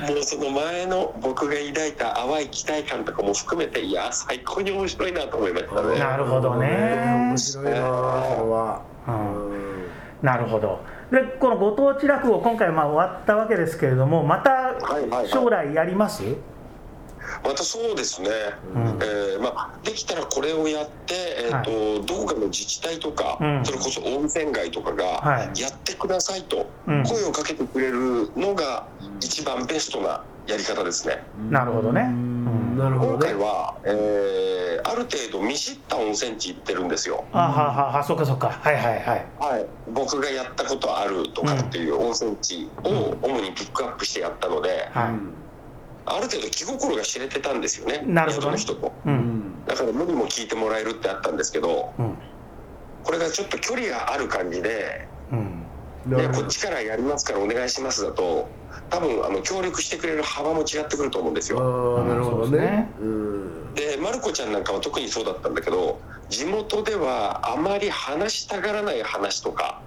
Speaker 4: ほどね
Speaker 3: たもうその前の僕が抱いた淡い期待感とかも含めていや最高に面白いなと思いましたね
Speaker 2: なるほどね
Speaker 4: 面白いなこれは
Speaker 2: うんなるほどでこのご当地落語今回まあ終わったわけですけれどもまた
Speaker 3: はいはいはい
Speaker 2: 将来やります、
Speaker 3: またそうですね、
Speaker 2: うん
Speaker 3: えーまあ、できたらこれをやって、えーとどこかの自治体とか、
Speaker 2: うん
Speaker 3: それこそ温泉街とか
Speaker 2: は
Speaker 3: が
Speaker 2: い
Speaker 3: やってくださいと
Speaker 2: うん
Speaker 3: 声をかけてくれるのが一番ベストなやり方ですね。
Speaker 2: なるほどね
Speaker 4: うんなるほ
Speaker 3: 今
Speaker 4: ど
Speaker 3: 回
Speaker 4: ね
Speaker 3: は、えーある程度見知った温泉地行ってるんですよ。
Speaker 2: あはははそうかそうかはいはいはい
Speaker 3: はい、僕がやったことあるとかっていう温泉地を主にピックアップしてやったので、
Speaker 2: はい、
Speaker 3: ある程度気心が知れてたんですよね。
Speaker 2: なるほどね
Speaker 3: 宿の人と。
Speaker 2: う
Speaker 4: うんん
Speaker 3: だから無理も聞いてもらえるってあったんですけど、
Speaker 2: うん
Speaker 3: これがちょっと距離がある感じで、
Speaker 2: うん
Speaker 4: な
Speaker 3: ね
Speaker 4: るほ
Speaker 3: こっ
Speaker 4: ど
Speaker 3: ちからやりますからお願いしますだと、多分あの協力してくれる幅も違ってくると思うんですよ。
Speaker 4: あーなるほど
Speaker 2: そうですね
Speaker 4: ねうん
Speaker 3: でまる子ちゃんなんかは特にそうだったんだけど地元ではあまり話したがらない話とか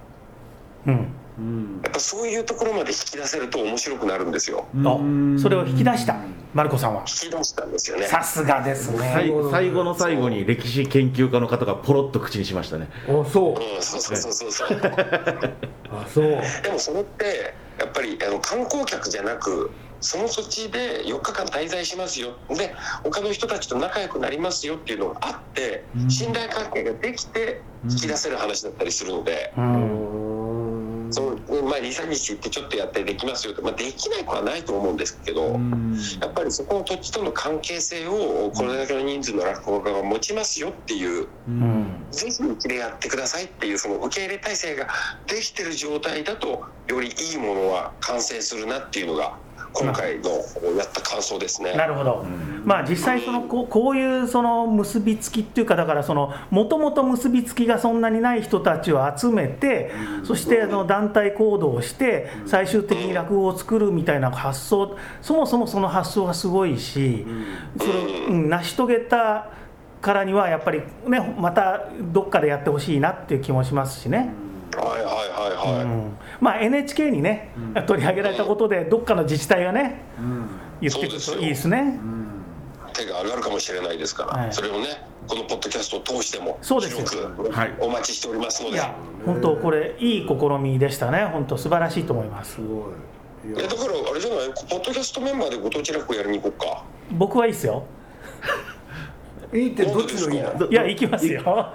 Speaker 2: うん
Speaker 4: うん
Speaker 3: やっぱそういうところまで引き出せると面白くなるんですよ
Speaker 2: あそれを引き出したマルコさんは
Speaker 3: 引き出したんですよね
Speaker 2: さすがですね
Speaker 1: 最後最後の最後に歴史研究家の方がポロッと口にしましたね
Speaker 4: あそう
Speaker 3: うんそうそうそうそうそうで
Speaker 4: あそう
Speaker 3: もそれってやっぱりあの観光客じゃなくその土地で4日間滞在しますよで他の人たちと仲良くなりますよっていうのがあって
Speaker 1: うん
Speaker 3: 信頼関係ができて引き出せる話だったりするので、
Speaker 2: うん
Speaker 4: うーん
Speaker 3: そのまあ、23日行ってちょっとやってできますよって、まあ、できない子はないと思うんですけど、やっぱりそこの土地との関係性をこれだけの人数の落語家が持ちますよっていう、ぜひうちでやってくださいっていうその受け入れ体制ができてる状態だとよりいいものは完成するなっていうのが今回のやった感想ですね。
Speaker 2: なるほど、まあ、実際そのこう、こういうその結びつきっていうか、だからその、もともと結びつきがそんなにない人たちを集めて、そしてあの団体行動をして、最終的に落語を作るみたいな発想、そもそもその発想がすごいし、それをうん成し遂げたからには、やっぱりね、またどっかでやってほしいなっていう気もしますしね。
Speaker 3: はいはいはいはい、
Speaker 2: うんまあ、NHK にね、取り上げられたことで、どっかの自治体がね、言ってくるといいですね。
Speaker 3: 手が上がるかもしれないですから、
Speaker 2: はい
Speaker 3: それをねこのポッドキャストを通しても
Speaker 2: そうですよ
Speaker 3: 広く
Speaker 1: はい
Speaker 3: お待ちしておりますの
Speaker 2: い
Speaker 3: で、
Speaker 2: や、本当、これ、いい試みでしたね、本当、素晴らしいと思います。
Speaker 4: ごいい
Speaker 3: い、や
Speaker 4: や
Speaker 3: だからあれじゃないポッドキャストメンバーでご当地落語やりに行こうか
Speaker 2: 僕はいいっすよ。
Speaker 4: いいってどっちのいいな
Speaker 3: ど
Speaker 1: ど
Speaker 2: いや、行きますよ。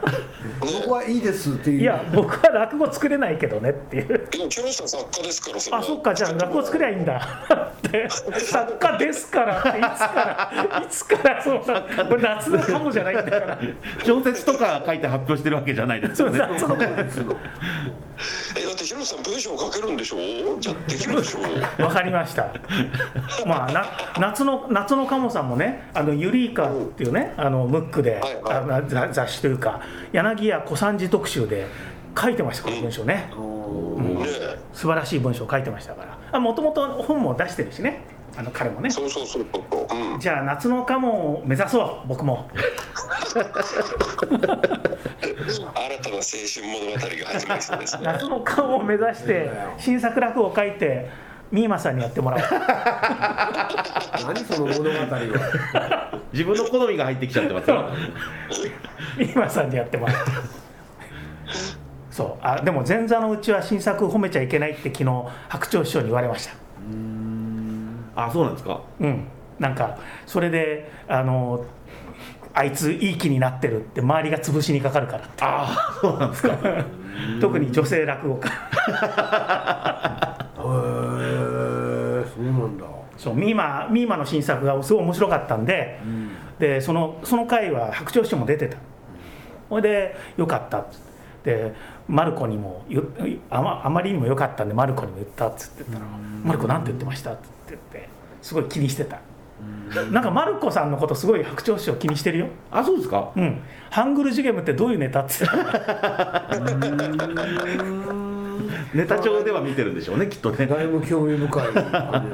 Speaker 4: 僕はいいですって いう
Speaker 2: いや、僕は落語作れないけどねっていう。
Speaker 3: でも木下さん作家ですからそ
Speaker 2: あ、そっか、じゃあ、落語作りゃいいんだ。って、 作家ですからって、いつから、いつから、そうな、これ夏のかもじゃないんだから。
Speaker 1: 小説とか書いて発表してるわけじゃないです
Speaker 2: そ
Speaker 1: よ
Speaker 2: う
Speaker 1: ね。
Speaker 2: 夏の
Speaker 3: えだって木下さん文章を書けるんでしょじゃあできるでし ょ
Speaker 2: わかりました。まあ、な夏の夏の鴨さんもね、あのユリーカっていうね、あのムックで、
Speaker 3: はいはい
Speaker 2: あのざ雑誌というか、柳家小三治特集で書いてました、この文章ね。
Speaker 3: ね
Speaker 2: 素晴らしい文章を書いてましたから、もともと本も出してるしね、あの彼もね。
Speaker 3: そうそうそうそうそううん
Speaker 2: じゃあ、夏の鴨を目指そう、僕 も。
Speaker 3: 新たな青春物語が始まりそうですね
Speaker 2: 夏の鴨を目指して、新作落語を書いて、ミーマさんにやってもらお う。
Speaker 4: 何その物語は
Speaker 1: 自分の好みが入ってきちゃってますよ。
Speaker 2: 今さんでやってもらってそうあでも前座のうちは新作褒めちゃいけないって昨日白鳥師匠に言われました
Speaker 1: あ、そうなんですか。
Speaker 2: うんなんかそれであのあいついい気になってるって周りが潰しにかかるからって
Speaker 1: ああ、そうなんですか。
Speaker 2: 特に女性落語家
Speaker 4: へえそうなんだ
Speaker 2: そうミーマミーマの新作がすごい面白かったんで,、でそのその回は白鳥師匠も出てたそれで「よかった」っつってでマルコにも言うあまあまりにも良かったんでマルコにも言ったっつってたら「マルコなんて言ってました?」っつって言ってすごい気にしてた、なんかマルコさんのことすごい白鳥師匠気にしてるよ
Speaker 1: あ、そうですか。
Speaker 2: うんハングルジュゲムってどういうネタっつって
Speaker 1: ネタ帳では見てるんでしょうね、きっとね。
Speaker 4: だいぶ興味深い感じだよね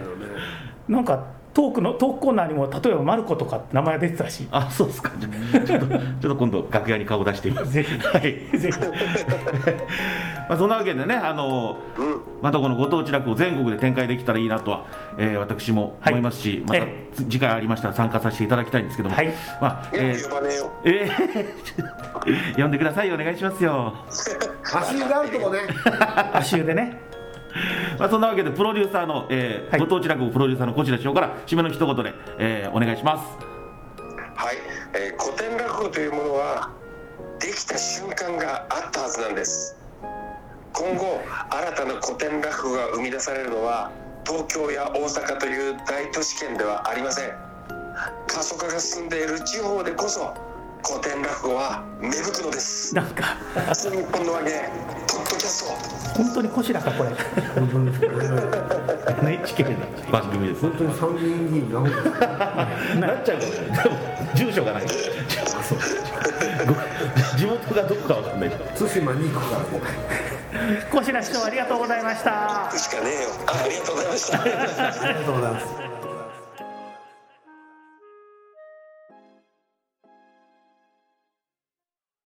Speaker 2: なんかトークのトークコーナーにも例えばマルコとかって名前出てたし
Speaker 1: あ、そうですか。ちょちょっと、ちょっと今度楽屋に顔出してみます。
Speaker 2: ぜひ
Speaker 1: はい。
Speaker 2: ぜひ
Speaker 1: まあ、そんなわけでね、あのまたこのご当地落語全国で展開できたらいいなとは、えー私も思いますし、
Speaker 2: はい
Speaker 1: ま
Speaker 2: え
Speaker 1: た次回ありましたら参加させていただきたいんですけども、
Speaker 2: はい
Speaker 1: まあ
Speaker 3: いや
Speaker 1: え
Speaker 3: 呼ばねえよ
Speaker 1: ーえー 呼んでくださいお願いしますよ。
Speaker 4: 足裏あるとこね
Speaker 2: 足湯でね
Speaker 1: まあそんなわけでプロデューサーの、えー
Speaker 2: はい
Speaker 1: ご当地落語プロデューサーのこちら師匠から締めの一言で、えーお願いします。
Speaker 3: はい、えー古典落語というものはできた瞬間があったはずなんです今後新たな古典落語が生み出されるのは東京や大阪という大都市圏ではありません過疎化が進んでいる地方でこそ古典落語は芽吹く のです
Speaker 2: なんか
Speaker 3: 新日本の揚げポッドキャスト
Speaker 2: 本当にこしらかこれ
Speaker 4: 本当ですね
Speaker 1: NHK の番組です。
Speaker 4: 本当に参議院議員なんですか
Speaker 1: なっちゃうかもしれない。でも住所がない。そうご地元がどこかわかんないけど。
Speaker 4: 対馬に行くからね
Speaker 2: こしら師匠ありがとうございました
Speaker 3: しかねえよあありがとうございました
Speaker 4: ありがとうございます